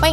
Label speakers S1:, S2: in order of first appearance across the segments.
S1: 欢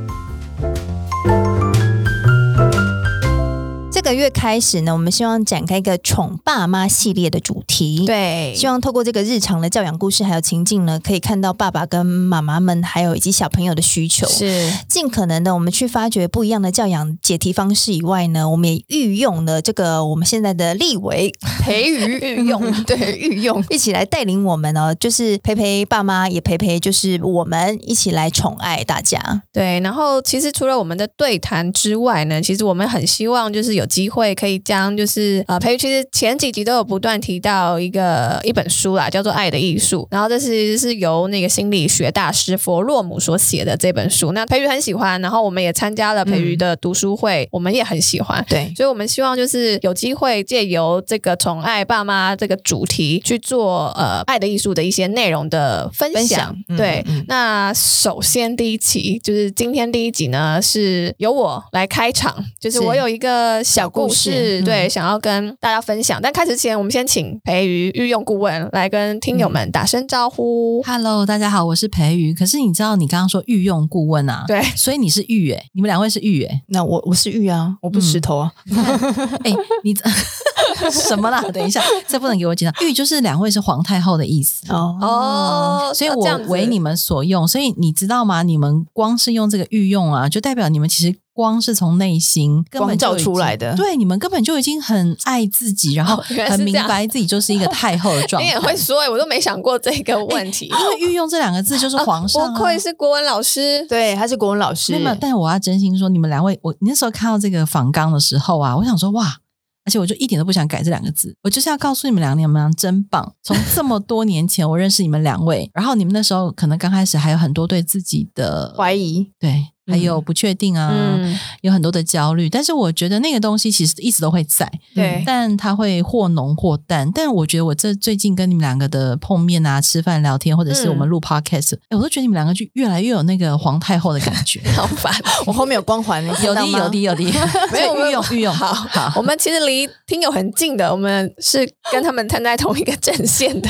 S1: 这个月开始呢，我们希望展开一个宠爸妈系列的主题。。
S2: 对
S1: 希望透过这个日常的教养故事还有情境呢，可以看到爸爸跟妈妈们，还有以及小朋友的需求。
S2: 是
S1: 尽可能的，我们去发掘不一样的教养解题方式以外呢，我们也运用了这个我们现在的立维培育运 用，对运用，一起来带领我们哦，就是陪陪爸妈，也陪陪就是我们一起来宠爱大家。
S2: 对。然后其实除了我们的对谈之外呢，其实我们很希望就是有机会可以将就是呃培育，其实前几集都有不断提到一个一本书啦，叫做《爱的艺术》，然后这是是由那个心理学大师弗洛姆所写的这本书。那培育很喜欢，然后我们也参加了培育的读书会，我们也很喜欢。
S1: 对，
S2: 所以我们希望就是有机会借由这个宠爱爸妈这个主题去做呃爱的艺术的一些内容的分享。
S1: 分享嗯
S2: 对，
S1: 嗯
S2: 那首先第一期就是今天第一集呢，是由我来开场，就是
S1: 是
S2: 我有一个小故
S1: 小故
S2: 事，
S1: 事嗯
S2: 对，想要跟大家分享。但开始之前，我们先请培瑜御用顾问来跟听友们打声招呼。
S3: Hello，大家好，我是培瑜。可是你知道，你刚刚说御用顾问啊，
S2: 对，
S3: 所以你是御诶、你们两位是御 诶、
S1: 那我我是玉啊，我不是石头啊，
S3: 哎、你 什么啦？等一下，这不能给我解答。御就是两位是皇太后的意思。
S1: 哦，
S2: 哦
S3: 所以
S2: 那这
S3: 我
S2: 样子
S3: 为你们所用，所以你知道吗？你们光是用这个御用啊，就代表你们其实光是从内心根本就
S1: 光照出
S3: 已经
S1: 来的
S3: 对，你们根本就已经很爱自己，然后
S2: 哦原来是
S3: 很明
S2: 这样
S3: 白自己就是一个太后的 状
S2: 你
S3: 态
S2: 也。会说、欸，我都没想过这个问题。
S3: 因为御用这两个字就是皇上、啊，
S2: 不愧是国文老师，
S1: 对，他是国文老师
S3: 没有，没有但我要真心说，你们两位，我你那时候看到这个仿纲的时候啊，我想说哇，而且我就一点都不想改这两个字，我就是要告诉你们两个，你们俩真 棒。从这么多年前我认识你们两位，然后你们那时候可能刚开始还有很多对自己的
S1: 怀疑，嗯
S3: 对，还有不确定啊，
S2: 嗯，
S3: 有很多的焦虑，但是我觉得那个东西其实一直都会在，
S2: 对，
S3: 但它会或浓或淡。但我觉得我这最近跟你们两个的碰面啊、吃饭聊天，或者是
S1: 嗯
S3: 我们录 podcast，、哎，我都觉得你们两个就越来越有那个皇太后的感觉。
S2: 好烦。
S1: 我后面有光 环，
S3: 有的有的有的，
S2: 没有
S3: 所以 御用御用，
S2: 好
S3: 好，
S2: 我们其实离听友很近的，我们是跟他们站在同一个阵线的。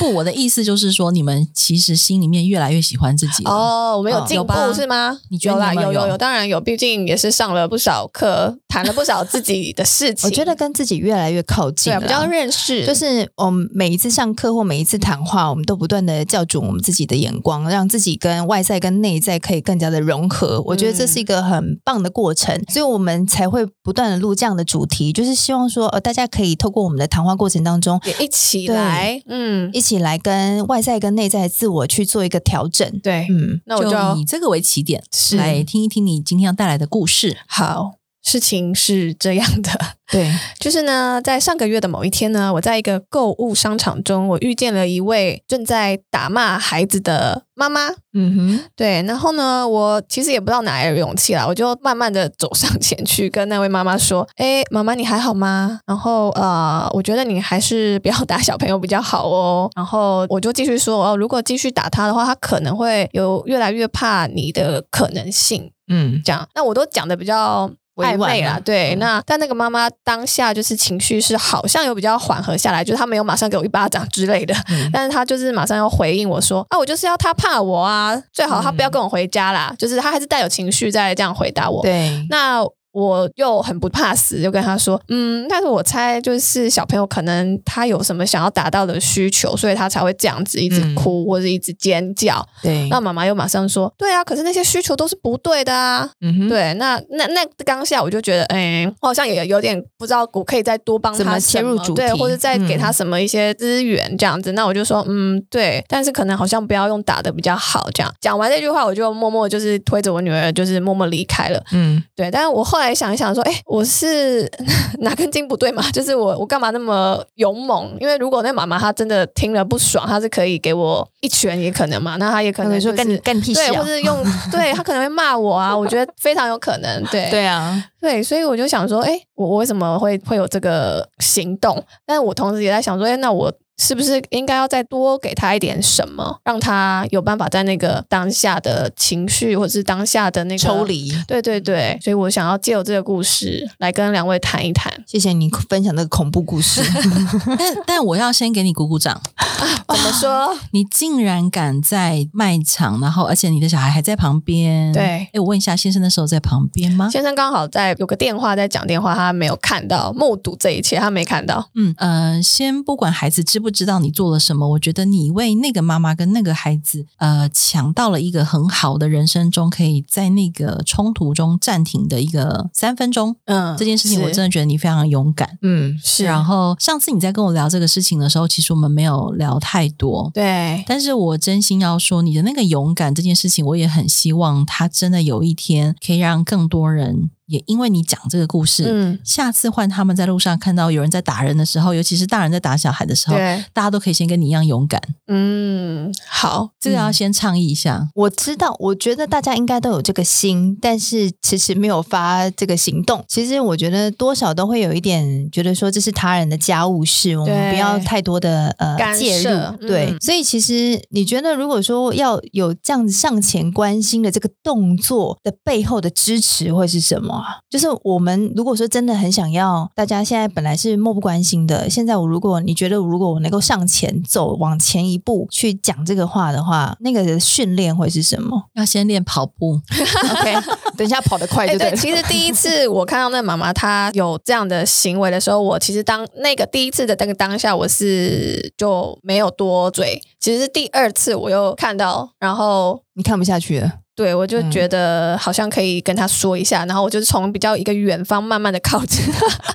S3: 不，我的意思就是说，你们其实心里面越来越喜欢自己了。
S2: 哦，我们有
S1: 哦
S2: 进
S3: 有
S2: 步、
S3: 吧
S2: 是吗？
S3: 你觉得
S2: 有啦，
S3: 你们
S2: 有
S3: 有
S2: 有有，当然有，毕竟也是上了不少课，谈了不少自己的事 情。
S1: 我觉得跟自己越来越靠近
S2: 对啊，
S1: 了，
S2: 比较认识，
S1: 就是我们每一次上课或每一次谈话，我们都不断的校准我们自己的眼光，让自己跟外在跟内在可以更加的融合。我觉得这是一个很棒的过程，所以我们才会不断的录这样的主题，就是希望说，呃，大家可以透过我们的谈话过程当中。
S2: 也一起来，嗯，
S1: 一起来跟外在跟内在的自我去做一个调整。
S2: 对。
S1: 嗯，
S2: 那我就
S3: 就
S2: 要
S3: 以这个为起点，
S2: 是
S3: 来听一听你今天要带来的故事。
S2: 好，事情是这样的。
S1: 对，
S2: 就是呢，在上个月的某一天呢，我在一个购物商场中，我遇见了一位正在打骂孩子的妈妈。
S1: 嗯哼，
S2: 对，然后呢，我其实也不知道哪来的勇气啦，我就慢慢的走上前去，跟那位妈妈说：“哎，妈妈，你还好吗？然后呃，我觉得你还是不要打小朋友比较好哦。”然后我就继续说：“哦，如果继续打他的话，他可能会有越来越怕你的可能性。”
S1: 嗯，
S2: 这样，那我都讲的比较
S1: 委
S2: 暧
S1: 婉
S2: 昧
S1: 啊
S2: 啦，对。
S1: 嗯
S2: 那但那个妈妈当下就是情绪是好像有比较缓和下来，就是她没有马上给我一巴掌之类的，
S1: 嗯
S2: 但是她就是马上要回应我说啊，我就是要她怕我啊，最好她不要跟我回家啦，就是她还是带有情绪在这样回答
S1: 嗯
S2: 我。
S1: 对，
S2: 那我又很不怕死，就跟他说，嗯，但是我猜就是小朋友可能他有什么想要达到的需求，所以他才会这样子一直
S1: 嗯
S2: 哭、或者一直尖叫。
S1: 对，
S2: 那妈妈又马上说，对啊，可是那些需求都是不对的啊，
S1: 嗯哼，
S2: 对，那那那当下我就觉得，哎、我好像也有点不知道我可以再多帮他
S1: 怎么切入
S2: 什么
S1: 主
S2: 对，
S1: 题
S2: 或者再给他
S1: 嗯
S2: 什么一些资源这样子。那我就说，嗯，对，但是可能好像不要用打的比较好这样。讲完这句话，我就默默就是推着我女儿，就是默默离开了。
S1: 嗯，
S2: 对，但是我后来想一想，说，哎、我是 哪根筋不对嘛？就是我我干嘛那么勇猛？因为如果那妈妈她真的听了不爽，她是可以给我一拳也可能嘛，那她也可
S1: 可
S2: 能、
S1: 能
S2: 就
S1: 说
S2: 是、
S1: 干你干屁事
S2: 对，
S1: 啊
S2: 或，是用对他可能会骂我啊，我觉得非常有可能， 对
S1: 对啊，
S2: 对所以我就想说，哎，我我为什么会会有这个行动？但我同时也在想说，哎，那我是不是应该要再多给他一点什么，让他有办法在那个当下的情绪或者是当下的那个
S3: 啊
S1: 抽？离。
S2: 对对对，所以我想要借由这个故事来跟两位谈一谈，
S1: 谢谢你分享这个恐怖故事，
S3: 但但我要先给你鼓鼓掌，
S2: 怎么 说？
S3: 你竟然敢在卖场，然后而且你的小孩还在旁边。
S2: 对
S3: 哎，我问一下，先生那时候在旁边吗？
S2: 先生刚好在有个电话在讲电话，他没有看到，目睹这一切，他没看到。
S3: 嗯呃，先不管孩子知不知道你做了什么，我觉得你为那个妈妈跟那个孩子，呃，抢到了一个很好的人生中，可以在那个冲突中暂停的一个三分钟。
S2: 嗯
S3: 这件事情我
S2: 是
S3: 真的觉得你非常勇敢。
S1: 嗯，
S2: 是
S3: 然后上次你在跟我聊这个事情的时候，其实我们没有聊太多。
S2: 对
S3: 但是我真心要说，你的那个勇敢这件事情，我也很希望它真的有一天可以让更多人也因为你讲这个故事，
S2: 嗯
S3: 下次换他们在路上看到有人在打人的时候，尤其是大人在打小孩的时候，
S2: 对
S3: 大家都可以先跟你一样勇敢。
S2: 嗯好
S3: 这个要先倡议一下。
S1: 我知道，我觉得大家应该都有这个心，但是迟迟没有发这个行动。其实我觉得多少都会有一点觉得说这是他人的家务事，我们不要太多的呃
S2: 干涉
S1: 介入。对，
S2: 嗯
S1: 所以其实你觉得，如果说要有这样子上前关心的这个动作的背后的支持会是什么啊？就是我们如果说真的很想要，大家现在本来是漠不关心的，现在我如果你觉得如果我能够上前走往前一步去讲这个话的话，那个训练会是什么
S3: 要先练跑步，
S1: ？OK，等一 下跑得快
S2: 哎、
S1: 就对
S2: 对，
S1: 了。
S2: 其实第一次我看到那妈妈她有这样的行为的时候，我其实当那个第一次的那个当下，我是就没有多嘴。其实第二次我又看到，然后
S1: 你看不下去了，
S2: 对我就觉得好像可以跟她说一下，然后我就是从比较一个远方慢慢的靠近，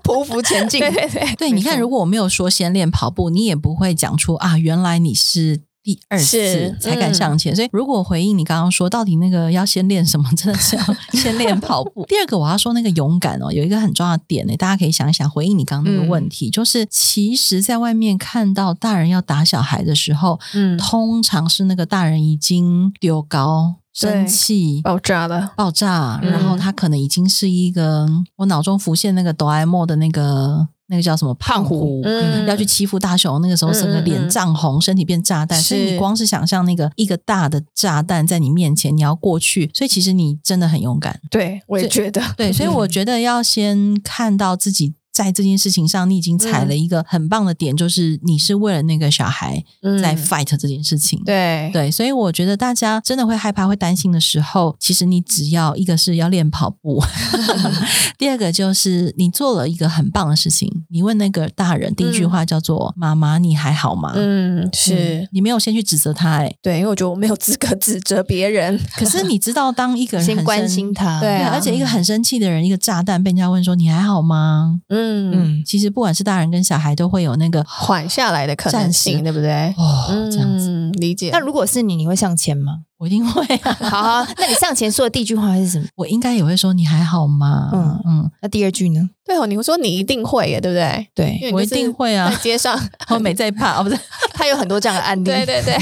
S1: 匍匐前进
S2: 对对对，
S3: 对，
S1: 没
S3: 你看，
S1: 错
S3: 如果我没有说先练跑步，你也不会讲出啊，原来你是第二次
S2: 是
S3: 才敢上前。所以，如果回应你刚刚说，到底那个要先练什么，真的是要先练跑步。第二个，我要说那个勇敢哦，有一个很重要的点呢，大家可以想一想，回应你刚刚那个问题，就是其实在外面看到大人要打小孩的时候，
S2: 嗯，
S3: 通常是那个大人已经丢高、生
S2: 对
S3: 气。
S2: 爆炸了，
S3: 爆炸，
S2: 嗯
S3: 然后他可能已经是一个、我脑中浮现那个哆啦 A 梦的那个那个叫什么胖
S1: 胖
S3: 虎
S1: 虎。
S2: 嗯，
S3: 要去欺负大雄，那个时候整个
S2: 嗯嗯
S3: 脸
S2: 嗯
S3: 涨红，身体变炸弹，所以
S2: 是
S3: 你光是想象那个一个大的炸弹在你面前，你要过去，所以其实你真的很勇敢。
S2: 对，我也觉得，
S3: 对，所以我觉得要先看到自己在这件事情上，你已经踩了一个很棒的点，就是你是为了那个小孩
S2: 嗯
S3: 在 fight 这件事情。
S2: 对
S3: 对，所以我觉得大家真的会害怕、会担心的时候，其实你只要一个是要练跑步，第二个就是你做了一个很棒的事情，你问那个大人第一句话叫做“妈妈，你还好吗？”
S2: 嗯，是。
S3: 嗯你没有先去指责他、欸，
S2: 对，因为我觉得我没有资格指责别人。
S3: 可是你知道，当一个人
S1: 先
S3: 很生
S1: 关心，他。
S2: 对
S3: 对，
S2: 啊
S3: 而且一个很生气的人，一个炸弹被人家问说“你还好吗
S2: 嗯，
S1: 嗯”，，
S3: 其实不管是大人跟小孩，都会有那个
S2: 缓下来的可能
S3: 暂时
S2: 性，对不对？
S3: 哦这样子，
S2: 嗯，理解。
S1: 那如果是你，你会上前吗？
S3: 我一定会、啊，
S1: 好啊，那你上前说的第一句话是什么？
S3: 我应该也会说“你还好吗？”嗯
S1: 嗯
S3: 嗯，
S1: 那第二句呢？
S2: 对哦，你会说你一定会耶，对不对？
S1: 对，
S2: 因为
S3: 我
S2: 你
S3: 一
S2: 就是
S3: 定会啊
S2: 在。街上，
S3: 我没在怕哦， 不是。
S1: 他有很多这样的案例。
S2: 对对对，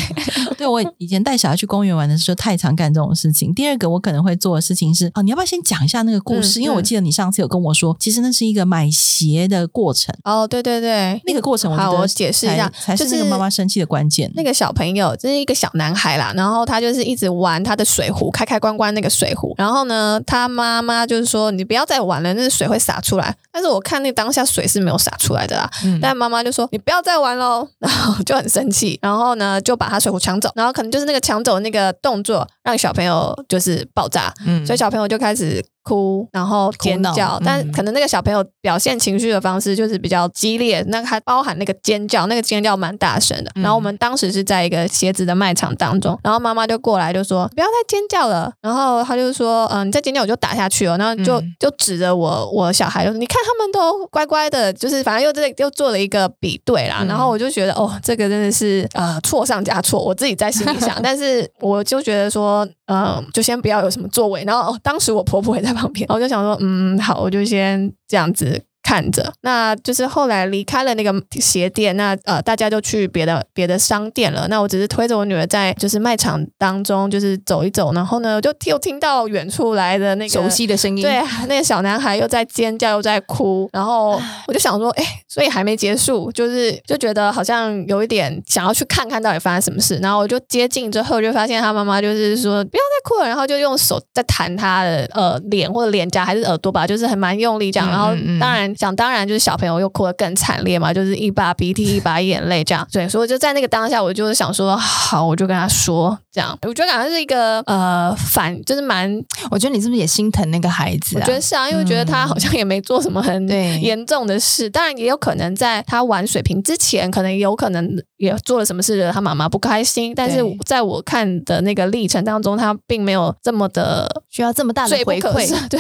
S3: 对我以前带小孩去公园玩的时候，太常干这种事情。第二个，我可能会做的事情是，哦，你要不要先讲一下那个故事？
S2: 嗯
S3: 因为我记得你上次有跟我说，其实那是一个买鞋的过程，
S2: 哦，对对对，
S3: 那个过程我觉得
S2: 好，我解释一下，
S3: 才才
S2: 就是
S3: 那个妈妈生气的关键。
S2: 那个小朋友，这是一个小男孩啦，然后他就是一直玩他的水壶，开开关关那个水壶。然后呢，他妈妈就是说：“你不要再玩了，那水会洒出来。”但是我看那当下水是没有洒出来的啦。
S1: 嗯
S2: 但妈妈就说：“你不要再玩喽。”然后就很生气，然后呢就把他水壶抢走，然后可能就是那个抢走的那个动作，让小朋友就是爆炸。
S1: 嗯
S2: 所以小朋友就开始哭，然后尖
S1: 哭
S2: 叫
S1: 闹，
S2: 但
S1: 嗯
S2: 可能那个小朋友表现情绪的方式就是比较激烈，那还包含那个尖叫，那个尖叫蛮大声的。
S1: 嗯
S2: 然后我们当时是在一个鞋子的卖场当中，然后妈妈就过来就说：“不要再尖叫了。”然后他就说：“嗯、你再尖叫我就打下去哦。”然后就、
S1: 嗯
S2: 就指着我我小孩，就说你看他们都乖乖的，就是反正又这又做了一个比对啦。
S1: 嗯
S2: 然后我就觉得哦，这个真的是呃错上加错，我自己在心里 想，但是我就觉得说，嗯、就先不要有什么作为。然后、哦、当时我婆婆也在旁边，然后我就想说，嗯，好，我就先这样子。看着。那就是后来离开了那个鞋店，那呃大家就去别的别的商店了。那我只是推着我女儿在就是卖场当中就是走一走，然后呢就又听到远处来的那个
S1: 熟悉的声音，
S2: 对，啊那个小男孩又在尖叫，又在哭，然后我就想说，哎、所以还没结束，就是就觉得好像有一点想要去看看到底发生什么事，然后我就接近之后，就发现他妈妈就是说不要再哭了，然后就用手在弹他的呃脸或者脸颊还是耳朵吧，就是很蛮用力这样，
S1: 嗯
S2: 然后
S1: 嗯嗯
S2: 当然想当然就是小朋友又哭得更惨烈嘛，就是一把鼻涕一把眼泪
S1: 嗯
S2: 这样，对，所以我就在那个当下，我就是想说好，我就跟他说这样，我觉得感觉是一个呃反就是蛮
S1: 我觉得你是不是也心疼那个孩子
S2: 我
S1: 啊？
S2: 觉得是啊，因为觉得他好像也没做什么很
S1: 对
S2: 严重的事，当然也有可能在他玩水瓶之前，可能有可能也做了什么事惹他妈妈不开心，但是
S1: 对
S2: 在我看的那个历程当中，他并没有这么的
S1: 需要这么大的
S2: 罪不
S1: 回
S2: 可
S1: 馈，
S2: 赦，对。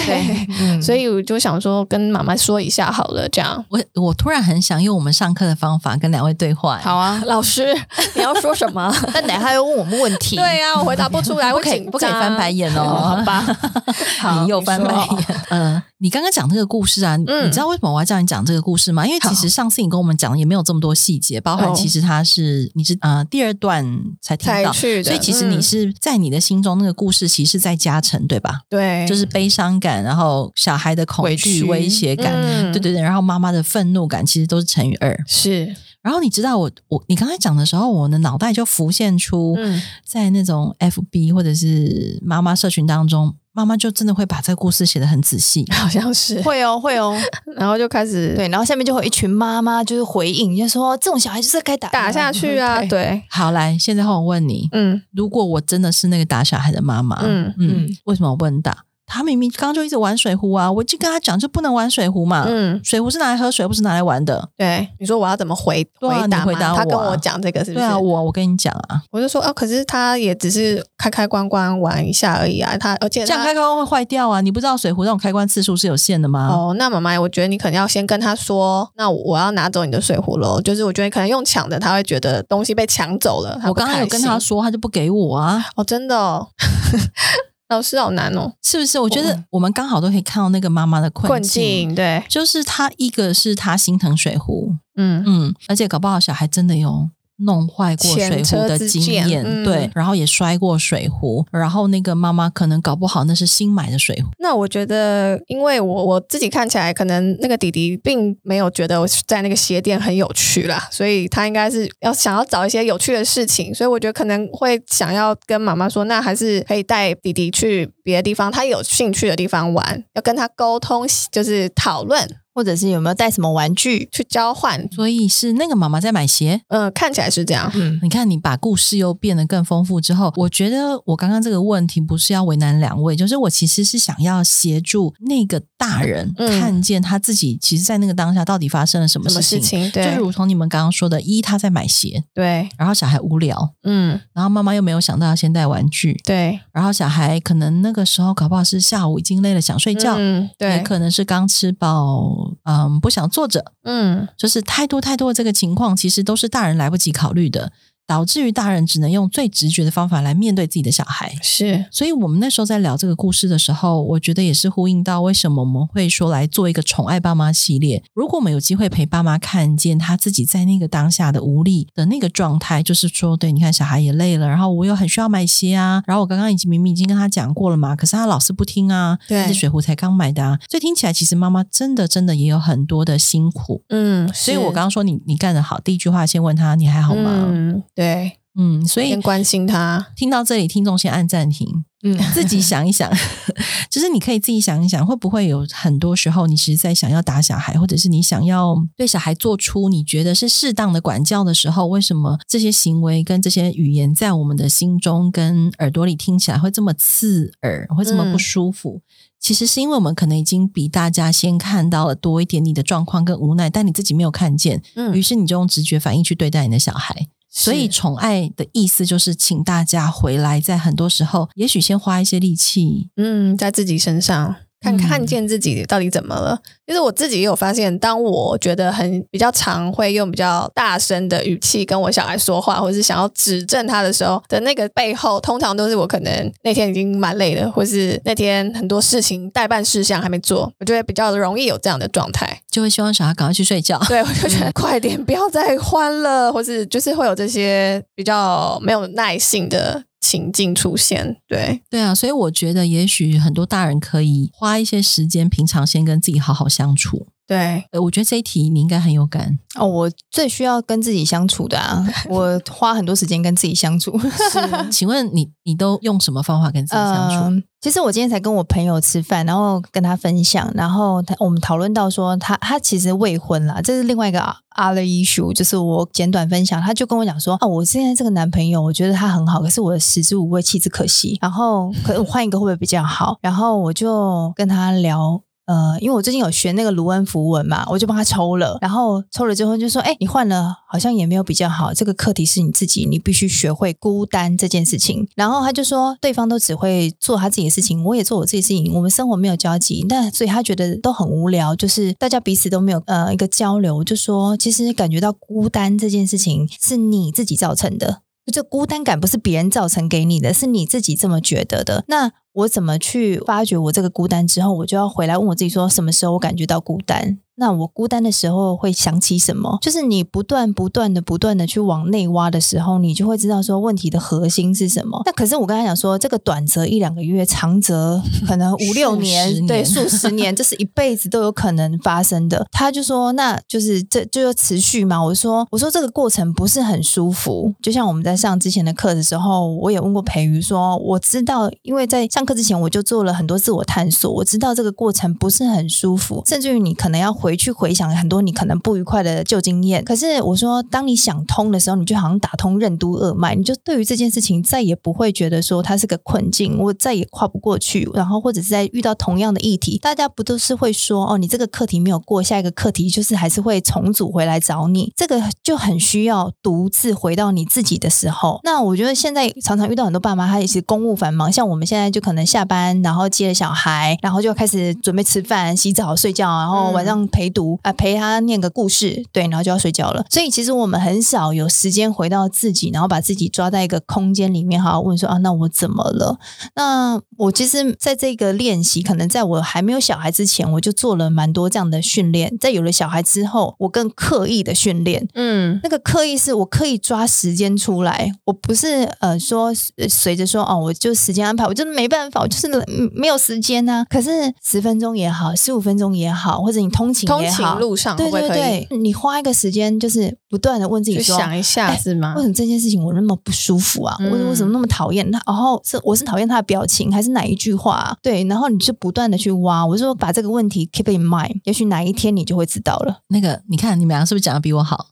S1: 嗯
S2: 所以我就想说，跟妈妈说一下好了，这样。
S3: 我我突然很想用我们上课的方法跟两位对话。
S1: 好，啊。
S2: 老 师，你要说什么？
S1: 但奶他又问我们问题，
S2: 对啊呀、我回答不出来，
S3: 不
S2: 我
S3: 可以
S2: 紧
S3: 不可以
S2: 张
S3: 翻白眼哦，
S2: 好吧？好
S3: 你又翻白
S2: 你
S3: 眼。 呃，你刚刚讲这个故事啊，你
S2: 嗯
S3: 你知道为什么我要叫你讲这个故事吗？因为其实上次你跟我们讲的也没有这么多细节，包含
S2: 哦
S3: 其实它是你是呃第二段才听
S2: 才
S3: 到，
S2: 去的，
S3: 所以其实你
S2: 嗯
S3: 是在你的心中那个故事其实是在加成，对吧？
S2: 嗯对，
S3: 就是悲伤感，然后小孩的恐
S1: 委
S3: 惧、
S1: 屈
S3: 威胁感，
S2: 嗯
S3: 对对对，然后妈妈的愤怒感，其实都是乘以二。
S2: 是，
S3: 然后你知道我我你刚才讲的时候，我的脑袋就浮现出
S2: 嗯
S3: 在那种 FB 或者是妈妈社群当中，妈妈就真的会把这个故事写得很仔细。
S2: 好像是，
S1: 会哦会哦，
S2: 然后就开始
S1: 对，然后下面就会有一群妈妈就是回应，就说这种小孩就是该打
S2: 打下去啊，
S1: 对
S3: 嗯
S2: 对，
S3: 好，来，现在换我问你，
S2: 嗯
S3: 如果我真的是那个打小孩的妈妈，嗯
S2: 嗯
S3: 嗯
S1: 嗯，
S3: 为什么我不能打？他明明刚刚就一直玩水壶啊，我就跟他讲就不能玩水壶嘛，
S2: 嗯，
S3: 水壶是拿来喝水，不是拿来玩的。
S2: 对，你说我要怎么回
S3: 对啊
S2: 回答
S3: 你
S2: 吗？
S3: 回答我啊
S2: 他跟我讲这个是不
S3: 对
S2: 是？
S3: 啊，我我跟你讲啊，
S2: 我就说啊，可是他也只是开开关关玩一下而已啊，他而且
S3: 这样
S2: 他
S3: 开关会坏掉啊！你不知道水壶那种开关次数是有限的吗？
S2: 哦，那妈妈，我觉得你可能要先跟他说，那我我要拿走你的水壶喽。就是我觉得可能用抢的，他会觉得东西被抢走了。他
S3: 我
S2: 不
S3: 刚刚
S2: 开
S3: 有跟他
S2: 心
S3: 说，他就不给我啊，
S2: 哦，真的哦， 老师好难哦，
S3: 是不是？我觉得我们刚好都可以看到那个妈妈的困
S2: 困境对，
S3: 就是她一个是她心疼水壶，
S2: 嗯
S3: 嗯，而且搞不好小孩真的有。弄坏过水
S2: 前
S3: 壶
S2: 车
S3: 的
S2: 之
S3: 经
S2: 鉴
S3: 验，
S2: 嗯
S3: 对，然后也摔过水壶，然后那个妈妈可能搞不好那是新买的水壶，
S2: 那我觉得，因为我我自己看起来，可能那个弟弟并没有觉得我在那个鞋店很有趣啦，所以他应该是要想要找一些有趣的事情，所以我觉得可能会想要跟妈妈说，那还是可以带弟弟去别的地方，他有兴趣的地方玩，要跟他沟通，就是讨论
S1: 或者是有没有带什么玩具？
S2: 去交换。
S3: 所以是那个妈妈在买鞋。
S2: 嗯、看起来是这样，
S1: 嗯，
S3: 你看，你把故事又变得更丰富之后，我觉得我刚刚这个问题不是要为难两位，就是我其实是想要协助那个大人
S2: 嗯
S3: 看见他自己，其实，在那个当下到底发生了什么
S2: 什么
S3: 嗯事
S2: 事
S3: 情。
S2: 情？
S3: 就
S2: 对
S3: 如同你们刚刚说的，一他在买鞋，
S2: 对，
S3: 然后小孩无聊，
S2: 嗯
S3: 然后妈妈又没有想到要先带玩具，
S2: 对，
S3: 然后小孩可能那个时候搞不好是下午已经累了想睡觉，
S2: 嗯
S3: 也
S2: 对，
S3: 可能是刚吃饱，嗯，不想坐着，
S2: 嗯
S3: 就是太多太多的这个情况，其实都是大人来不及考虑的，导致于大人只能用最直觉的方法来面对自己的小孩。
S2: 是
S3: 所以我们那时候在聊这个故事的时候，我觉得也是呼应到为什么我们会说来做一个宠爱爸妈系列。如果我们有机会陪爸妈看见他自己在那个当下的无力的那个状态，就是说，对，你看小孩也累了，然后我又很需要买鞋啊，然后我刚刚已经明明已经跟他讲过了嘛，可是他老是不听啊，
S2: 对
S3: 这水壶才刚买的啊，所以听起来其实妈妈真的真的也有很多的辛苦。
S2: 嗯，
S3: 所以我
S2: 是
S3: 刚刚说你你干得好，第一句话先问他你还好吗？
S2: 嗯，对，
S3: 嗯所以
S2: 先关心他。
S3: 听到这里，听众先按暂停，
S1: 嗯，
S3: 自己想一想， 就是你可以自己想一想，会不会有很多时候你其实在想要打小孩，或者是你想要对小孩做出你觉得是适当的管教的时候，为什么这些行为跟这些语言在我们的心中跟耳朵里听起来会这么刺耳，会这么不舒服？其实是因为我们可能已经比大家先看到了多一点你的状况跟无奈，但你自己没有看见，
S2: 嗯
S3: 于是你就用直觉反应去对待你的小孩。所以
S2: 是
S3: 宠爱的意思就是，请大家回来，在很多时候，也许先花一些力气，
S2: 嗯，在自己身上，看
S3: 嗯
S2: 看见自己到底怎么了。就是我自己也有发现，当我觉得很比较常会用比较大声的语气跟我小孩说话，或是想要指正他的时候的那个背后，通常都是我可能那天已经蛮累了，或是那天很多事情代办事项还没做，我就会比较容易有这样的状态。
S3: 就会希望小孩赶快去 睡觉。
S2: 对，我就觉得快点，不要再欢了，或是就是会有这些比较没有耐性的情境出现。对，
S3: 对啊，所以我觉得也许很多大人可以花一些时间，平常先跟自己好好相处。
S2: 对，
S3: 呃，我觉得这一题你应该很有感，
S1: 哦，我最需要跟自己相处的啊，我花很多时间跟自己相处。
S2: 啊
S3: 请问你你都用什么方法跟自己
S2: 呃
S3: 相处？
S1: 嗯，其实我今天才跟我朋友吃饭，然后跟他分享，然后他我们讨论到说他他其实未婚啦，这是另外一个 other issue，就是我简短分享，他就跟我讲说啊，我现在这个男朋友，我觉得他很好，可是我的食之无味，弃之可惜，然后可能我换一个会不会比较好？然后我就跟他聊呃，因为我最近有学那个卢恩符文嘛，我就帮他抽了，然后抽了之后就说，哎、你换了好像也没有比较好，这个课题是你自己，你必须学会孤单这件事情。然后他就说，对方都只会做他自己的事情，我也做我自己的事情，我们生活没有交集，但所以他觉得都很无聊，就是大家彼此都没有呃一个交流。我就说，其实感觉到孤单这件事情是你自己造成的，就这孤单感不是别人造成给你的，是你自己这么觉得的。那我怎么去发掘我这个孤单之后，我就要回来问我自己说，什么时候我感觉到孤单？那我孤单的时候会想起什么？就是你不断、不断的、不断的去往内挖的时候，你就会知道说问题的核心是什么。那可是我刚才讲说，这个短则一两个月，长则可能五六
S3: 数十
S1: 年，对，
S3: 年
S1: 数十年，这是一辈子都有可能发生的。他就说，那就是这就要持续嘛。我说，我说这个过程不是很舒服。就像我们在上之前的课的时候，我也问过培瑜说，我知道，因为在上课之前我就做了很多自我探索，我知道这个过程不是很舒服，甚至于你可能要回去回想很多你可能不愉快的旧经验。可是我说，当你想通的时候，你就好像打通任督二脉，你就对于这件事情再也不会觉得说它是个困境，我再也跨不过去。然后或者是在遇到同样的议题，大家不都是会说哦，你这个课题没有过，下一个课题就是还是会重组回来找你。这个就很需要独自回到你自己的时候。那我觉得现在常常遇到很多爸妈，他也是公务繁忙，像我们现在就可能下班，然后接了小孩，然后就开始准备吃饭、洗澡、睡觉，然后晚上陪读啊、陪他念个故事，对，然后就要睡觉了。所以其实我们很少有时间回到自己，然后把自己抓在一个空间里面，好好问说啊，那我怎么了？那我其实在这个练习，可能在我还没有小孩之前，我就做了蛮多这样的训练。在有了小孩之后，我更刻意的训练。
S2: 嗯，
S1: 那个刻意是我刻意抓时间出来，我不是呃说呃随着说哦，我就时间安排，我就是没办法，我就是嗯没有时间啊。可是十分钟也好，十五分钟也好，或者你通勤
S2: 通
S1: 也
S2: 勤
S1: 好，
S2: 路上会
S1: 对
S2: 不会
S1: 对
S2: 可以
S1: 对，你花一个时间，就是不断的问自己
S2: 去
S1: 说，
S2: 想一下
S1: 哎
S2: 是吗
S1: 为？什么这件事情我那么不舒服啊？
S2: 嗯
S1: 我我怎么那么讨厌他？然后是我是讨厌他的表情，还是哪一句话、啊？对，然后你就不断的去挖。我说把这个问题 keep in mind，也许哪一天你就会知道了。
S3: 那个，你看你们俩是不是讲的比 我好？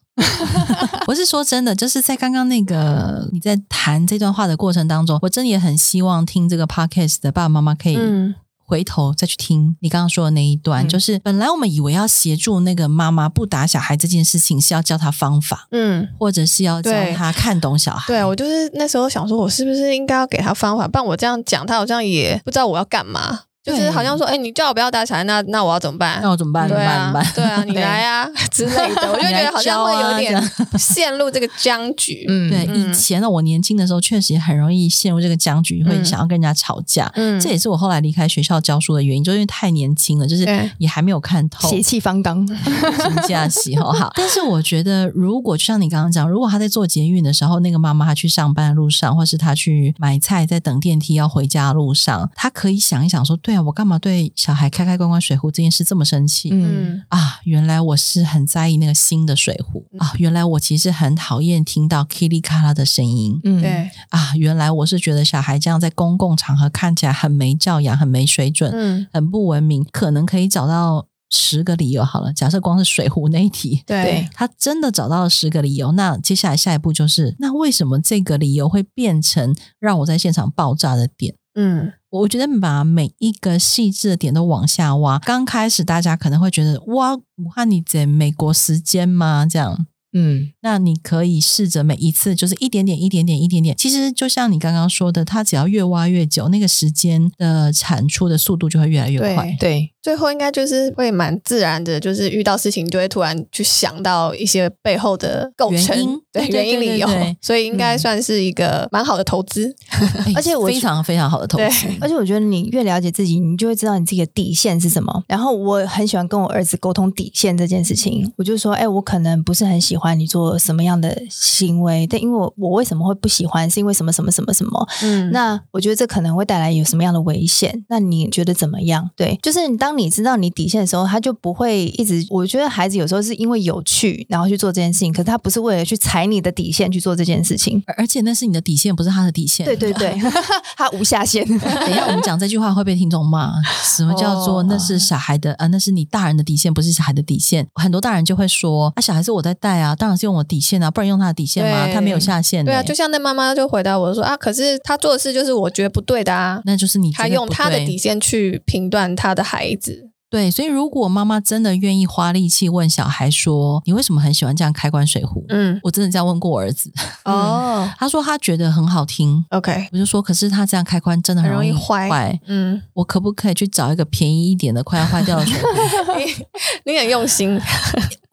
S3: 我是说真的，就是在刚刚那个你在谈这段话的过程当中，我真的也很希望听这个 podcast 的爸爸妈妈可以
S2: 嗯，
S3: 回头再去听你刚刚说的那一段，
S1: 嗯
S3: 就是本来我们以为要协助那个妈妈不打小孩这件事情，是要教她方法，
S2: 嗯，
S3: 或者是要教
S2: 对
S3: 她看懂小孩。
S2: 对啊我就是那时候想说，我是不是应该要给他方法？不然我这样讲，他好像也不知道我要干嘛。就是
S3: 对
S2: 好像说，哎、你叫我不要打小孩，那那我要怎么办
S3: 那？我怎么办？怎
S2: 对
S3: 么办？怎
S2: 啊
S3: 么办？，
S2: 对啊，你
S1: 对
S2: 来啊之类的，我就
S3: 你
S2: 觉
S3: 来
S2: 得好像会
S3: 教啊
S2: 有点
S3: 这
S2: 陷入这个僵局。
S1: 嗯，
S3: 对，
S2: 嗯
S3: 以前呢，我年轻的时候确实也很容易陷入这个僵局，会
S2: 嗯
S3: 想要跟人家吵架。
S2: 嗯
S3: 这也是我后来离开学校教书的原因，就是因为太年轻了，就是
S2: 对
S3: 也还没有看透。
S1: 血气方刚，
S3: 请假期好好。 但是我觉得，如果就像你刚刚讲，如果他在做捷运的时候，那个妈妈她去上班的路上，或是她去买菜在等电梯要回家的路上，她可以想一想说，对啊，我干嘛对小孩开开关关水壶这件事这么生气？
S1: 嗯，
S2: 嗯
S3: 啊，原来我是很在意那个新的水壶啊！原来我其实很讨厌听到噼里咔啦的声音
S1: 嗯，
S2: 对，
S3: 啊！原来我是觉得小孩这样在公共场合看起来很没教养、很没水准，
S2: 嗯
S3: 很不文明，可能可以找到十个理由好了。假设光是水壶那一题，
S2: 对，
S3: 他真的找到了十个理由，那接下来下一步就是，那为什么这个理由会变成让我在现场爆炸的点？
S2: 嗯
S3: 我我觉得把每一个细致的点都往下挖。刚开始大家可能会觉得，哇，武汉你在美国时间吗？这样，
S1: 嗯
S3: 那你可以试着每一次就是一点点、一点点、一点点。其实就像你刚刚说的，它只要越挖越久，那个时间的产出的速度就会越来越
S2: 对
S3: 快。
S1: 对，
S2: 最后应该就是会蛮自然的，就是遇到事情就会突然去想到一些背后的构
S3: 原
S2: 成
S3: 因，
S2: 对
S3: 对对
S2: 原因理由
S3: 对对嗯对，
S2: 所以应该算是一个蛮好的投资。
S3: 哎
S1: 而且我
S3: 非常非常好的投资，
S1: 而且我觉得你越了解自己，你就会知道你自己的底线是什么。然后我很喜欢跟我儿子沟通底线这件事情，我就说，哎、我可能不是很喜欢你做什么样的行为，但因为我我为什么会不喜欢，是因为什么什么什么什么。
S2: 嗯
S1: 那我觉得这可能会带来有什么样的危险？那你觉得怎么样？对，就是你当你知道你底线的时候，他就不会一直。我觉得孩子有时候是因为有趣，然后去做这件事情，可是他不是为了去踩你的底线去做这件事情。
S3: 而而且那是你的底线，不是他的底线。
S1: 对对对， 他无下限。
S3: 等一下，我们讲这句话会被听众骂。什么叫做
S2: 哦
S3: 那是小孩的啊？那是你大人的底线，不是小孩的底线。很多大人就会说啊，小孩是我在带啊，当然是用我底线啊，不然用他的底线吗？
S2: 对
S3: 他没有下限、欸。
S2: 对啊，就像那妈妈就回答我说啊，可是他做的事就是我觉得不对的啊，
S3: 那就是你
S2: 他
S3: 真
S2: 用
S3: 不
S2: 他的
S3: 对
S2: 底线去评断他的孩子。
S3: 对，所以如果妈妈真的愿意花力气问小孩说，你为什么很喜欢这样开关水壶？
S2: 嗯，
S3: 我真的这样问过我儿子，
S2: 哦
S3: 他说他觉得很好听。
S2: 嗯，OK，
S3: 我就说，可是他这样开关真的
S2: 很
S3: 容
S2: 容易
S3: 易
S2: 坏
S3: 坏
S2: 嗯，
S3: 我可不可以去找一个便宜一点的、快要坏掉的水壶？
S2: 你你很用心，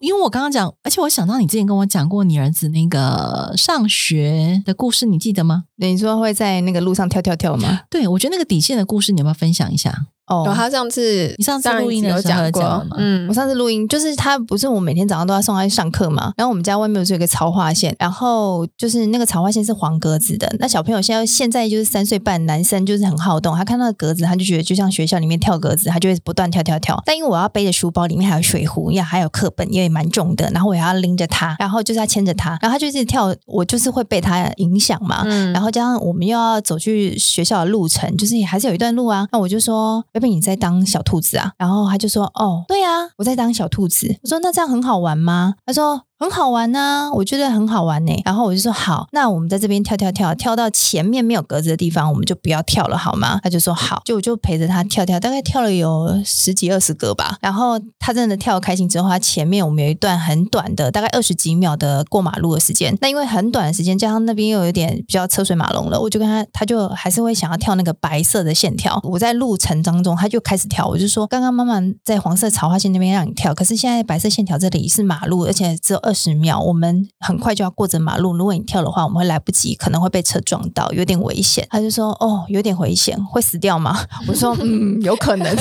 S3: 因为我刚刚讲，而且我想到你之前跟我讲过你儿子那个上学的故事，你记得吗？
S1: 你说会在那个路上跳跳跳 吗？
S3: 对，我觉得那个底线的故事，你要不要分享一下？
S1: 哦，
S2: 然后他上次
S3: 你上次录
S2: 一
S3: 音
S2: 集
S3: 的
S2: 有
S3: 时候有
S2: 讲
S3: 讲了
S2: 过
S3: 吗，
S2: 嗯
S1: 我，上次录音就是他不是我每天早上都要送他去上课嘛，然后我们家外面不是有一个草画线，然后就是那个草画线是黄格子的，那小朋友现在现在就是三岁半，男生就是很好动，他看到格子他就觉得就像学校里面跳格子，他就会不断跳跳跳。但因为我要背着书包，里面还有水壶，呀还有课本，也蛮重的，然后我还要拎着他，然后就是要牵着他，然后他就一直跳，我就是会被他影响嘛，
S2: 嗯
S1: 然后加上我们又要走去学校的路程，就是也还是有一段路啊。那我就说，baby 你在当小兔子啊？然后他就说，哦，对啊，我在当小兔子。我说那这样很好玩吗？他说。很好玩呐、我觉得很好玩呢、然后我就说好，那我们在这边跳跳跳，跳到前面没有格子的地方，我们就不要跳了，好吗？他就说好，就我就陪着他跳跳，大概跳了有十几二十格吧。然后他真的跳得开心之后，他前面我们有一段很短的，大概二十几秒的过马路的时间。那因为很短的时间，加上那边又有一点比较车水马龙了，我就跟他，他就还是会想要跳那个白色的线条。我在路程当中，他就开始跳，我就说刚刚妈妈在黄色草花线那边让你跳，可是现在白色线条这里是马路，而且只有二十秒，我们很快就要过着马路，如果你跳的话，我们会来不及，可能会被车撞到，有点危险。他就说哦，有点危险，会死掉吗？我说嗯，有可能。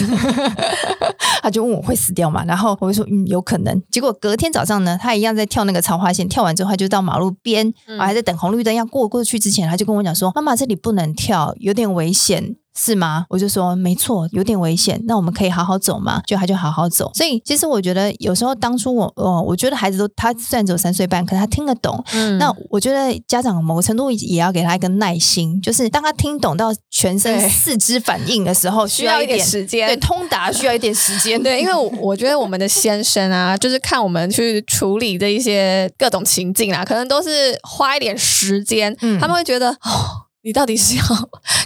S1: 他就问我会死掉吗？然后我就说嗯，有可能。结果隔天早上呢，他一样在跳那个超花线，跳完之后他就到马路边，
S2: 嗯
S1: 我还在等红绿灯要过过去之前，他就跟我讲说：“妈妈，这里不能跳，有点危险。”是吗？我就说没错，有点危险。那我们可以好好走吗？就他就好好走。所以其实我觉得有时候当初我，哦，我觉得孩子都他虽然只有三岁半，可是他听得懂，
S2: 嗯
S1: 那我觉得家长某个程度也要给他一个耐心，就是当他听懂到全身
S2: 对
S1: 四肢反应的时候，需
S2: 需要
S1: 一
S2: 一点时间
S1: 对，通达需要一点时 间。
S2: 对，因为我我觉得我们的先生啊， 就是看我们去处理这一些各种情境啊，可能都是花一点时间，
S1: 嗯
S2: 他们会觉得 哦。你到底是要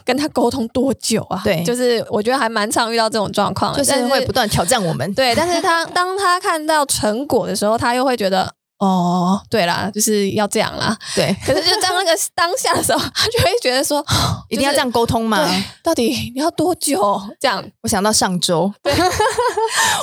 S2: 跟他沟通多久啊？
S1: 对
S2: 就是我觉得还蛮常遇到这种状况的，
S1: 就是
S2: 但是
S1: 会不断挑战我们。
S2: 对，但是他当他看到成果的时候，他又会觉得哦，对啦，就是要这样啦。
S1: 对，
S2: 可是就当那个 当下的时候，他就会觉得说， 哦
S1: 一定要这样沟通吗？
S2: 对，到底你要多久这样？
S1: 我想到上周，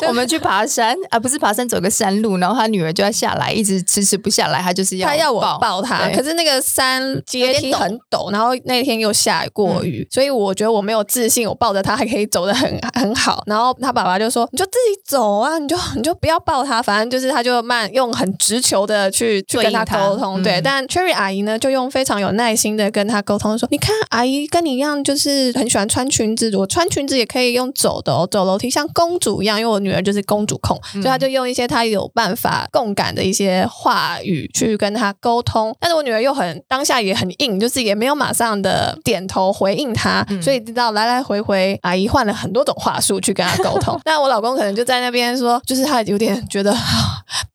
S1: 我们去爬山啊，不是爬山，走个山路，然后他女儿就要下来，一直迟迟不下来，他就是要
S2: 他要我抱他，
S1: 对
S2: 可是那个山阶
S1: 有
S2: 梯
S1: 点陡
S2: 很陡，然后那天又下
S1: 嗯
S2: 过雨，所以我觉得我没有自信，我抱着他还可以走得很 很好。然后他爸爸就说：“你就自己走啊，你就你就不要抱他，反正就是他就慢用很直球的去去
S1: 对
S2: 跟
S1: 应
S2: 他
S1: 他
S2: 沟通。
S1: 嗯
S2: 对，但 Cherry 阿姨呢，就用非常有耐心的跟他沟通说：‘你看，阿姨跟你一样，就是很喜欢穿裙子，我穿裙子也可以用走的哦，走楼梯像公主一样，因为我女儿就是公主控，
S1: 嗯
S2: 所以她就用一些她有办法共感的一些话语去跟她沟通。但是我女儿又很当下也很硬，就是也没有马上的点头回应她，
S1: 嗯
S2: 所以知道来来回回阿姨换了 很多种话术去跟她沟通。但我老公可能就在那边说，就是他有点觉得啊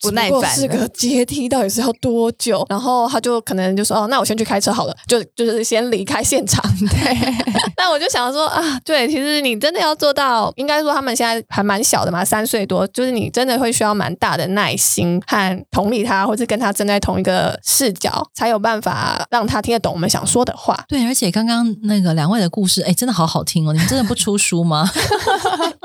S1: 不耐
S2: 只过
S1: 烦
S2: 是
S1: 了
S2: 个阶梯，到底是要多久？然后他就可能就说：“哦，那我先去开车好了。就”就是先离开现场。 对，那我就想说啊，对，其实你真的要做到，应该说他们现在还蛮小的嘛，三岁多，就是你真的会需要蛮大的耐心和同理他，或是跟他站在同一个视角，才有办法让他听得懂我们想说的话。
S3: 对，而且刚刚那个两位的故事，哎，真的好好听哦！你们真的不出书吗？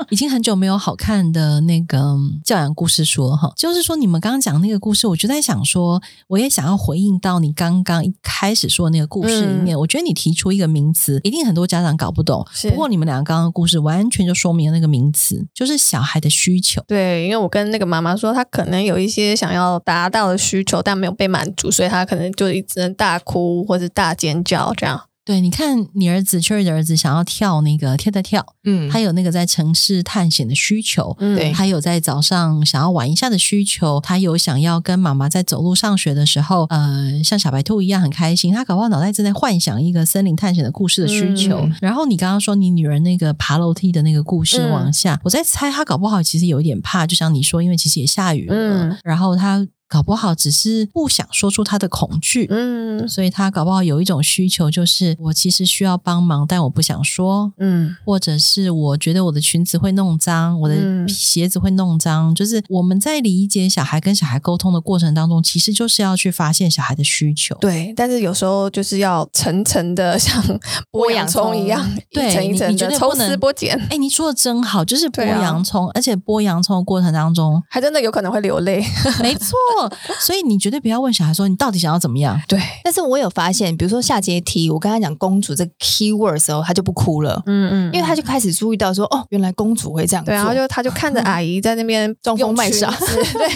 S3: 已经很久没有好看的那个嗯教养故事书了哈。就是说，你们刚刚讲那个故事，我就在想说，我也想要回应到你刚刚一开始说的那个故事里面。我觉得你提出一个名词，一定很多家长搞不懂。
S2: 是
S3: 不过你们两个刚刚的故事完全就说明了那个名词，就是小孩的需求。
S2: 对，因为我跟那个妈妈说，她可能有一些想要达到的需求，但没有被满足，所以她可能就一直能大哭或者大尖叫这样。
S3: 对，你看你儿子 Cherry 的儿子想要跳那个跳跳跳，
S1: 嗯，
S3: 他有那个在城市探险的需求。
S2: 嗯
S1: 对
S3: 他有在早上想要玩一下的需求，他有想要跟妈妈在走路上学的时候，呃，像小白兔一样很开心。他搞不好脑袋正在幻想一个森林探险的故事的需求。
S1: 嗯
S3: 然后你刚刚说你女儿那个爬楼梯的那个故事
S2: 嗯
S3: 往下，我在猜他搞不好其实有一点怕，就像你说，因为其实也下雨了，
S2: 嗯
S3: 然后他搞不好只是不想说出他的恐惧。
S2: 嗯
S3: 所以他搞不好有一种需求，就是我其实需要帮忙，但我不想说，
S2: 嗯
S3: 或者是我觉得我的裙子会弄脏，我的
S2: 嗯
S3: 鞋子会弄脏，就是我们在理解小孩跟小孩沟通的过程当中，其实就是要去发现小孩的需求。
S2: 对。但是有时候就是要层层的， 像剥洋葱一样，
S3: 对
S2: 一层一
S3: 你
S2: 层
S3: 你绝
S2: 的
S3: 对
S2: 抽
S3: 不能
S2: 丝剥茧，
S3: 哎，你说的真好，就是剥
S2: 对啊，
S3: 洋葱，而且剥洋葱的过程当中
S2: 还真的有可能会流泪。
S3: 没错，所以你绝对不要问小孩说你到底想要怎么样。
S2: 对，
S1: 但是我有发现，比如说下阶梯，我跟他讲公主这个 key word 的时候，他就不哭了，
S2: 嗯
S1: 因为他就开始注意到说，哦，原来公主会这样做。
S2: 对，然后就他就看着阿姨在那边
S1: 装疯卖 傻
S2: 用裙子，对，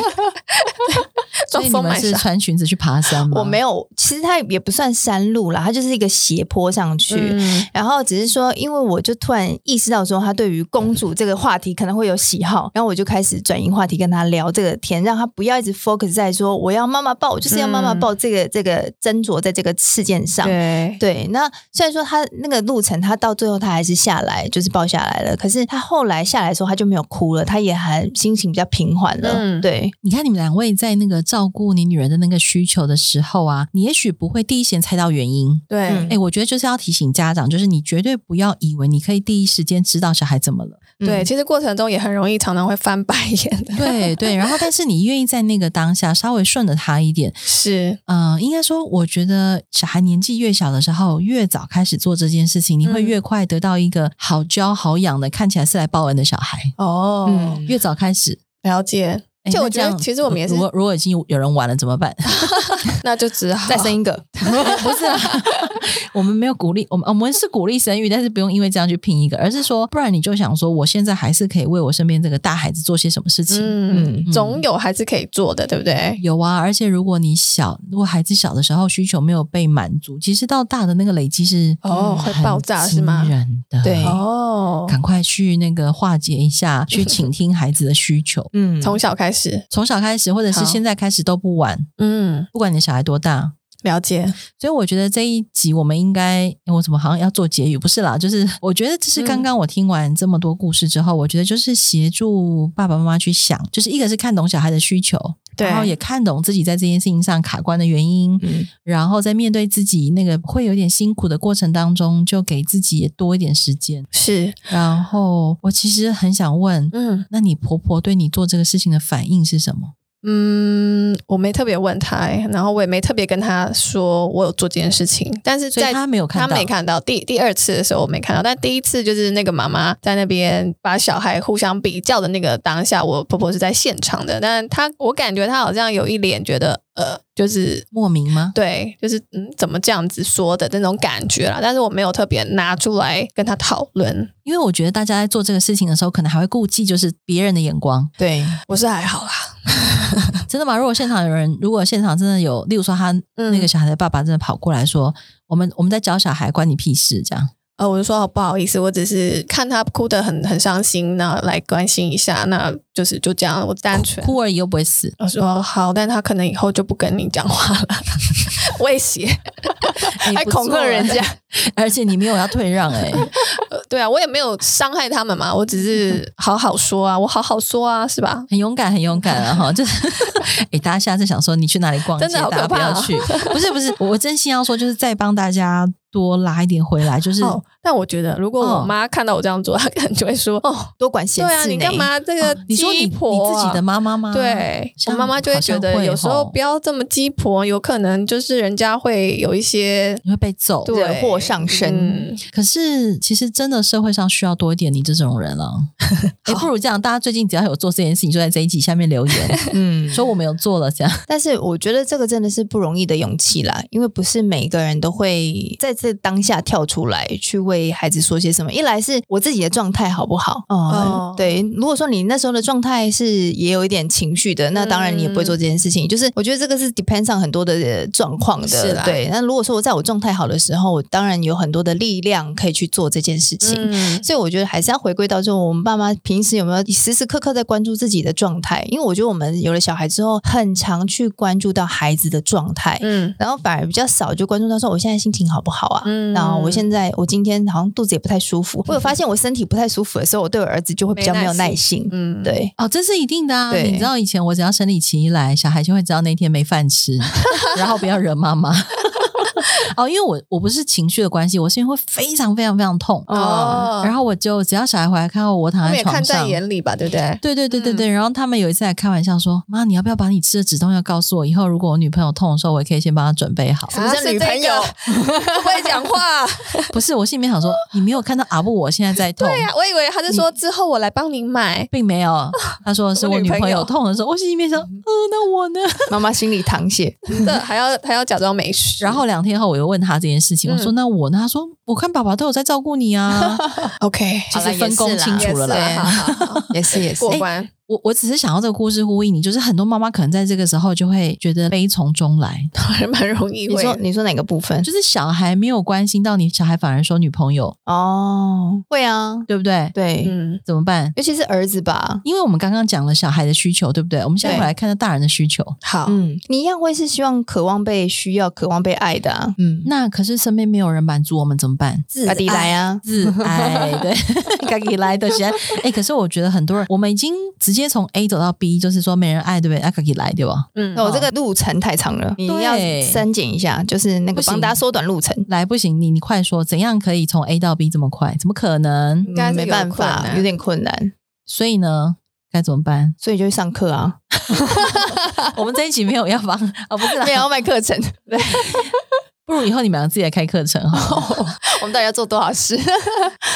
S3: 所
S2: 装
S3: 以你
S2: 疯
S3: 们
S2: 卖
S3: 是嗯
S2: 傻。
S3: 穿裙子去爬山吗？
S1: 我没有，其实它也不算山路啦，它就是一个斜坡上去。
S2: 嗯
S1: 然后只是说，因为我就突然意识到说，他对于公主这个话题可能会有喜好，然后我就开始转移话题跟他聊这个天，让他不要一直 focus 在说我要妈妈抱，我就是要妈妈抱这个、这个斟酌在这个事件上。
S2: 对，
S1: 对，那虽然说他那个路程，他到最后他还是下来，就是抱下来了。可是他后来下来的时候，他就没有哭了，他也还心情比较平缓了。
S2: 嗯
S1: 对，
S3: 你看你们两位在那个照顾你女儿的那个需求的时候啊，你也许不会第一时间猜到原因，
S2: 对，
S1: 嗯
S3: 哎、我觉得就是要提醒家长，就是你绝对不要以为你可以第一时间知道小孩怎么了。
S2: 对，
S1: 嗯
S2: 其实过程中也很容易常常会翻白眼 的，
S3: 对对，然后但是你愿意在那个当下稍微顺着他一点。
S2: 是，
S3: 嗯、应该说，我觉得小孩年纪越小的时候，越早开始做这件事情，你会
S2: 嗯
S3: 越快得到一个好教好养的，看起来是来报恩的小孩。
S2: 哦
S1: 嗯
S3: 越早开始。
S2: 了解。
S3: 哎
S2: 就
S3: 那
S2: 我觉得
S3: 这样
S2: 其实我们也是
S3: 如果如果已经有人玩了怎么办？
S2: 那就只好
S1: 再生一个，
S3: 不是啊，我们没有鼓励，我们我们是鼓励生育，但是不用因为这样去拼一个，而是说，不然你就想说，我现在还是可以为我身边这个大孩子做些什么事情。
S2: 嗯
S3: 嗯
S2: 嗯，总有还是可以做的，对不对？
S3: 有啊，而且如果你小，如果孩子小的时候需求没有被满足，其实到大的那个累积是
S2: 哦
S3: 嗯
S2: 会爆炸是吗
S3: 很惊人的，
S1: 对
S2: 哦，
S3: 赶快去那个化解一 下，去倾听孩子的需求，
S1: 嗯，
S2: 从小开始，
S3: 从小开始，或者是
S2: 好
S3: 现在开始都不晚，
S2: 嗯，
S3: 不管你小孩多大，
S2: 了解，
S3: 所以我觉得这一集我们应该，诶我怎么好像要做结语？不是啦，就是我觉得这是
S2: 嗯
S3: 刚刚我听完这么多故事之后，我觉得就是协助爸爸妈妈去想，就是一个是看懂小孩的需求，
S2: 对，
S3: 然后也看懂自己在这件事情上卡关的原因，
S1: 嗯
S3: 然后在面对自己那个会有点辛苦的过程当中，就给自己也多一点时间。
S2: 是，
S3: 然后我其实很想问，
S2: 嗯
S3: 那你婆婆对你做这个事情的反应是什么？
S2: 嗯，我没特别问他，欸然后我也没特别跟他说我有做这件事情，但是
S3: 所以
S2: 在
S3: 她没有看到
S2: 他没看到第第二次的时候我没看到，但第一次就是那个妈妈在那边把小孩互相比较的那个当下，我婆婆是在现场的，但她我感觉她好像有一脸觉得呃，就是
S3: 莫名吗？
S2: 对，就是嗯，怎么这样子说的那种感觉啦。但是我没有特别拿出来跟他讨论，
S3: 因为我觉得大家在做这个事情的时候，可能还会顾忌就是别人的眼光。
S1: 对，
S2: 我是还好啦。
S3: 真的吗？如果现场有人，如果现场真的有，例如说他
S2: 嗯
S3: 那个小孩的爸爸真的跑过来说：“我们我们在教小孩，关你屁事。”这样，
S2: 呃，我就说哦，不好意思，我只是看他哭得很很伤心，那来关心一下，那就是就这样，我单纯。 哦
S3: 哭而已又不会死。
S2: 我说好，但他可能以后就不跟你讲话了。 威胁，
S3: 哎
S1: 还恐吓人，家
S3: 不错哎而且你没有要退让 哎、
S2: 呃对啊，我也没有伤害他们嘛，我只是好好说啊，我好好说啊，是吧？
S3: 很勇敢，很勇敢啊！哈，就是哎、大家下次想说你去哪里逛街，
S2: 真的好
S3: 大家
S2: 可
S3: 不
S2: 怕
S3: 要
S2: 哦
S3: 去。不是不是，我真心要说，就是再帮大家多拉一点回来，就是、
S2: 哦，但我觉得如果我
S3: 哦
S2: 妈看到我这样做，她可能就会说：“哦，
S1: 多管
S2: 对
S1: 闲事呢。
S2: 啊，你干嘛这个
S3: 哦你说你
S2: 鸡婆
S3: 你自己
S2: 啊
S3: 的妈妈吗？
S2: 对我
S3: 像
S2: 妈妈就会
S3: 好
S2: 觉
S3: 像
S2: 得
S3: 会
S2: 有时候
S3: 吼
S2: 不要这么鸡婆，有可能就是人家会有一些
S3: 你会被揍。
S2: 对
S1: 惹祸上身？
S2: 嗯，
S3: 可是其实真的社会上需要多一点你这种人 了。哎、不如这样，大家最近只要有做这件事情，就在这一集下面 留言
S1: 嗯，
S3: 说我们有做了，这样
S1: 但是我觉得这个真的是不容易的勇气啦，因为不是每个人都会在这当下跳出来去为孩子说些什么。一来是我自己的状态好不好？嗯
S2: 哦
S1: 对。如果说你那时候的状态是也有一点情绪的，那当然你也不会
S2: 嗯
S1: 做这件事情。就是我觉得这个是 depend 上很多的呃状况
S2: 是
S1: 的
S2: 啦。
S1: 对。那如果说我在我状态好的时候，我当然有很多的力量可以去做这件事情。
S2: 嗯
S1: 所以我觉得还是要回归到说，我们爸妈平时有没有时时刻刻在关注自己的状态？因为我觉得我们有了小孩之后，很常去关注到孩子的状态，
S2: 嗯
S1: 然后反而比较少就关注到说我现在心情好不好啊。
S2: 嗯
S1: 然后我现在，我今天好像肚子也不太舒服。我有发现我身体不太舒服的时候，我对我儿子就会比较没有耐心。
S2: 嗯，
S1: 对，
S3: 哦，这是一定的啊！
S1: 对
S3: 你知道以前我只要生理期一来，小孩就会知道那天没饭 吃，然后不要惹妈妈。 哦，因为我我不是情绪的关系，我是因为会非常非常非常痛，
S2: 哦，
S3: 然后我就只要小孩回来看嗯到我躺
S2: 他们
S3: 在
S2: 也
S3: 床
S2: 看
S3: 上
S2: 在，眼里吧，对不对？
S3: 对对对对对。然后他们有一次还开玩笑说：“妈，你要不要把你吃的止痛药告诉我？以后如果我女朋友痛的时候，我也可以先帮她准备好。”
S1: 什么叫
S2: 啊是
S1: 女朋友
S2: 这个不 会讲话，
S3: 不是，我心里面想说，你没有看到阿布我现在在痛，
S2: 对呀，我以为他是说之后我来帮你买，
S3: 并没有。他说是我女朋友痛的时候，我心里面想，嗯，那我呢？
S1: 妈妈心里淌血。
S2: 真的还要还要假装没事，
S3: 然后两天后我又问他这件事情，我说那我呢？他说我看爸爸都有在照顾你啊。
S2: OK
S3: 就
S1: 好啦
S3: 是分工
S1: 也是啦
S3: 清楚了啦。
S2: 也是好好好
S1: 也是也是，
S2: 过
S1: 哎
S2: 关，
S3: 我我只是想要这个故事呼应你，就是很多妈妈可能在这个时候就会觉得悲从中来，
S2: 还蛮容易
S1: 你
S2: 会
S1: 说你说哪个部分？
S3: 就是小孩没有关心到你，小孩反而说女朋友，
S1: 哦，会啊，
S3: 对不对？
S1: 对，
S2: 嗯
S3: 怎么办？
S1: 尤其是儿子吧。
S3: 因为我们刚刚讲了小孩的需求，对不对？我们现在
S1: 对
S3: 回来看到大人的需求，
S2: 好
S1: 嗯，你一样会是希望渴望被需要、渴望被爱的、啊。嗯，
S3: 那可是身边没有人满足我们怎么办？
S1: 阿迪来啊，
S3: 自爱， 对，自己来的先。哎、可是我觉得很多人，我们已经直接从 A 走到 B，就是说没人爱，对不对？啊，自己来，对吧？
S2: 嗯
S1: 那我、哦这个路程太长了，你要删减一下，就是那
S3: 不
S1: 个
S3: 行
S1: 帮大家缩短路程。
S3: 来不行，你你快说，怎样可以从 A 到 B 这么快？怎么可能？
S2: 应该
S1: 嗯
S2: 是有
S1: 没办
S2: 困
S1: 法，
S2: 难
S1: 有点困难，
S3: 所以呢，该怎么
S1: ？
S3: 办
S1: 所以就去上课啊，
S3: 我们这一集没有要帮啊、不是 啦
S1: 没有，要卖课程。 对，
S3: 不如以后你们俩自己来开课程
S1: 哦
S3: 哈。
S1: 我们到底要做多少事？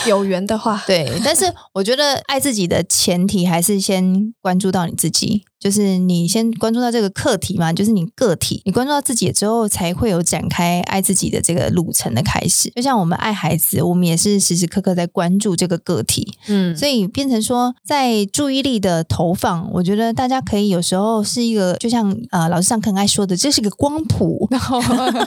S2: 有缘的话，
S1: 对，但是我觉得爱自己的前提还是先关注到你自己，就是你先关注到这个课题嘛，就是你个体，你关注到自己之后，才会有展开爱自己的这个路程的开始。就像我们爱孩子，我们也是时时刻刻在关注这个个体，
S2: 嗯
S1: 所以变成说，在注意力的投放，我觉得大家可以有时候是一个，就像呃老师上课很爱说的，这是一个光 谱，然后就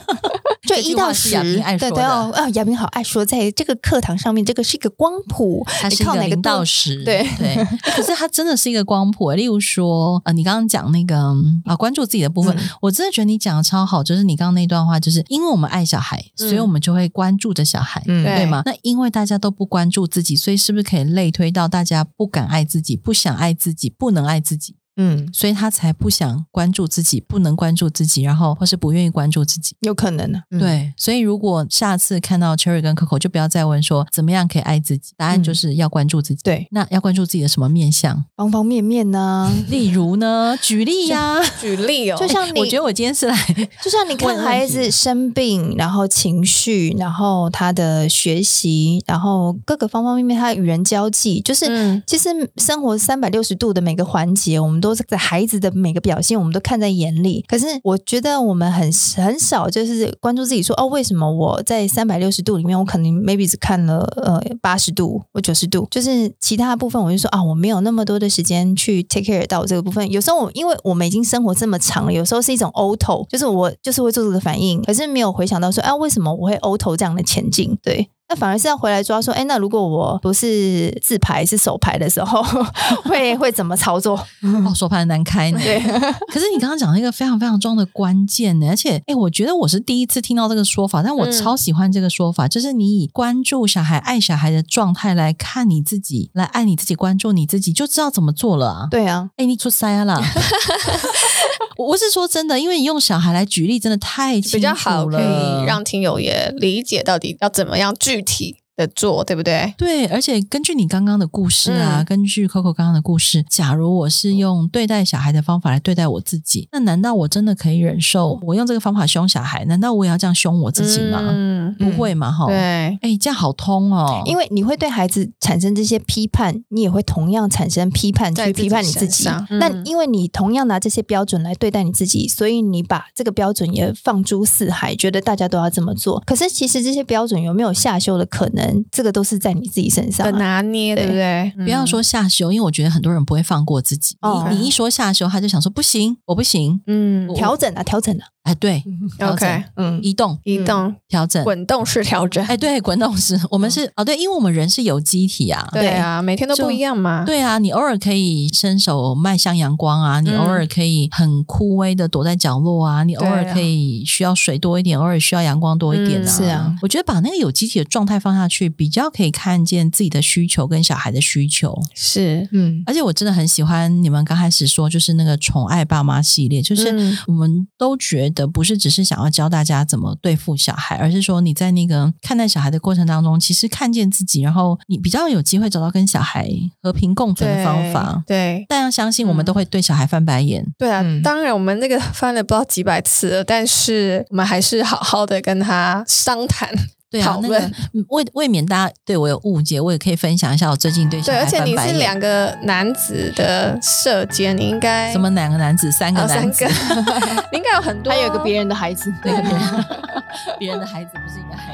S3: 这句
S1: 一到
S3: 话是
S1: 十，
S3: 亚萍爱
S1: 对
S3: 说
S1: 对
S3: 的
S1: 哦，啊，亚明好爱说，在这个课堂上面，这个是一个光谱，
S3: 它
S1: 你
S3: 是一
S1: 靠
S3: 个
S1: 哪个
S3: 零到
S1: 度
S3: 十，
S1: 对
S3: 对。可是它真的是一个光谱。欸例如说，呃，你刚刚讲那个嗯啊，关注自己的部分，
S1: 嗯
S3: 我真的觉得你讲的超好。就是你刚刚那段话，就是因为我们爱小孩，所以我们就会关注着小孩，
S1: 嗯
S3: 对吗？那因为大家都不关注自己，所以是不是可以类推到大家不敢爱自己、不想爱自己、不能爱自己？
S1: 嗯，
S3: 所以他才不想关注自己，不能关注自己，然后或是不愿意关注自己。
S1: 有可能呢、嗯，
S3: 对，所以如果下次看到 Cherry 跟 Coco，就不要再问说怎么样可以爱自己，答
S1: 嗯
S3: 案就是要关注自己。
S1: 对，
S3: 那要关注自己的什么面相？
S1: 方方面面呢、
S3: 例如呢，举例呀、
S2: 举例哦，
S1: 就像你，
S3: 我觉得我今天 是来，
S1: 就像你看
S3: 问问
S1: 孩
S3: 题啊
S1: 子生病，然后情绪，然后他的学习，然后各个方方面面，他的与人交际，就是、
S2: 嗯
S1: 其实生活三百六十度的每个环节，我们都是在孩子的每个表现，我们都看在眼里。可是我觉得我们很很少就是关注自己说，哦，为什么我在三百六十度里面，我可能 maybe 只看了呃八十度或九十度，就是其他部分我就说啊，我没有那么多的时间去 take care 到这个部分。有时候我因为我们已经生活这么长了，有时候是一种 auto，就是我就是会做这个反应，可是没有回想到说，啊，为什么我会 auto 这样的前进？对。那那反而是要回来抓说，哎，那如果我不是自排是手排的时候，会会怎么操作？
S3: 哦，手盘很难开呢。
S1: 对，
S3: 可是你刚刚讲了一个非常非常重要的关键呢，而且，哎，我觉得我是第一次听到这个说法，但我
S2: 嗯
S3: 超喜欢这个说法，就是你以关注小孩、爱小孩的状态来看你自己，来爱你自己，关注你自己，就知道怎么做了啊。
S1: 对啊，
S3: 哎，你出塞 啊啦！我我是说真的，因为你用小孩来举例，真的太清楚
S2: 比较好，可
S3: 了
S2: 以让听友也理解到底要怎么样具体的做，对不对？
S3: 对，而且根据你刚刚的故事啊，
S2: 嗯
S3: 根据 Coco 刚刚的故事，假如我是用对待小孩的方法来对待我自己，那难道我真的可以忍受我用这个方法凶小孩？难道我也要这样凶我自己吗？
S2: 嗯，
S1: 嗯
S3: 不会嘛，哈、
S2: 对，
S3: 哎，这样好通哦，
S1: 因
S3: 为
S1: 为你会对孩子产生这些批判，你也会同样产生批判
S2: 在
S1: 去
S2: 自己
S1: 批判你自
S2: 身
S1: 己
S2: 上。嗯
S1: 那因为你同样拿这些标准来对待你自己，所以你把这个标准也放诸四海，觉得大家都要这么做。可是其实这些标准有没有下修的可能，这个都是在你自己身上
S2: 的
S1: 啊、
S2: 拿捏，对嗯
S1: 对
S2: 不对？
S3: 不要说下修，因为我觉得很多人不会放过自己。
S1: 哦
S3: 你你一说下修，他就想说不行，我不行。
S2: 嗯，嗯
S1: 调整啊，调整啊，
S3: 哎，对，调整
S2: OK，
S1: 嗯，
S3: 移动
S2: 移动、
S3: 调整。
S2: 滚动式调整，
S3: 哎，对，滚动式，我们是、哦，对，因为我们人是有机体啊，
S2: 对啊，每天都
S3: 就
S2: 不一样嘛。
S3: 对啊，你偶尔可以伸手迈向阳光啊，你
S2: 嗯
S3: 偶尔可以很枯萎的躲在角落啊，你偶尔
S2: 对啊
S3: 可以需要水多一点，偶尔需要阳光多一点啊。
S2: 嗯是
S1: 啊，
S3: 我觉得把那个有机体的状态放下去，比较可以看见自己的需求跟小孩的需求。
S2: 是，
S1: 嗯，
S3: 而且我真的很喜欢你们刚开始说，就是那个宠爱爸妈系列，就是
S2: 嗯
S3: 我们都觉得不是只是想要教大家怎么对付小孩，而是说你在那个看待小孩的过程当中，其实看见自己，然后你比较有机会找到跟小孩和平共存的方法。
S2: 对。
S3: 但要相信，我们
S2: 嗯
S3: 都会对小孩翻白眼。
S2: 对啊，
S1: 嗯
S2: 当然我们那个翻了不知道几百次了，但是我们还是好好的跟他商 谈。
S3: 对啊
S2: 讨，
S3: 那
S2: 论
S3: 个嗯未未免大家对我有误解，我也可以分享一下我最近对小
S2: 对，
S3: 孩
S2: 而且
S3: 哎翻
S2: 你
S3: 白
S2: 是
S3: 眼。
S2: 两个男子的射箭，你应该
S3: 什么两个男子，三个
S2: 哦，三
S3: 男 子
S2: 个，，你应该有很多，
S1: 还有一个别人的孩子，
S3: 对，别人的孩子不是你的孩子。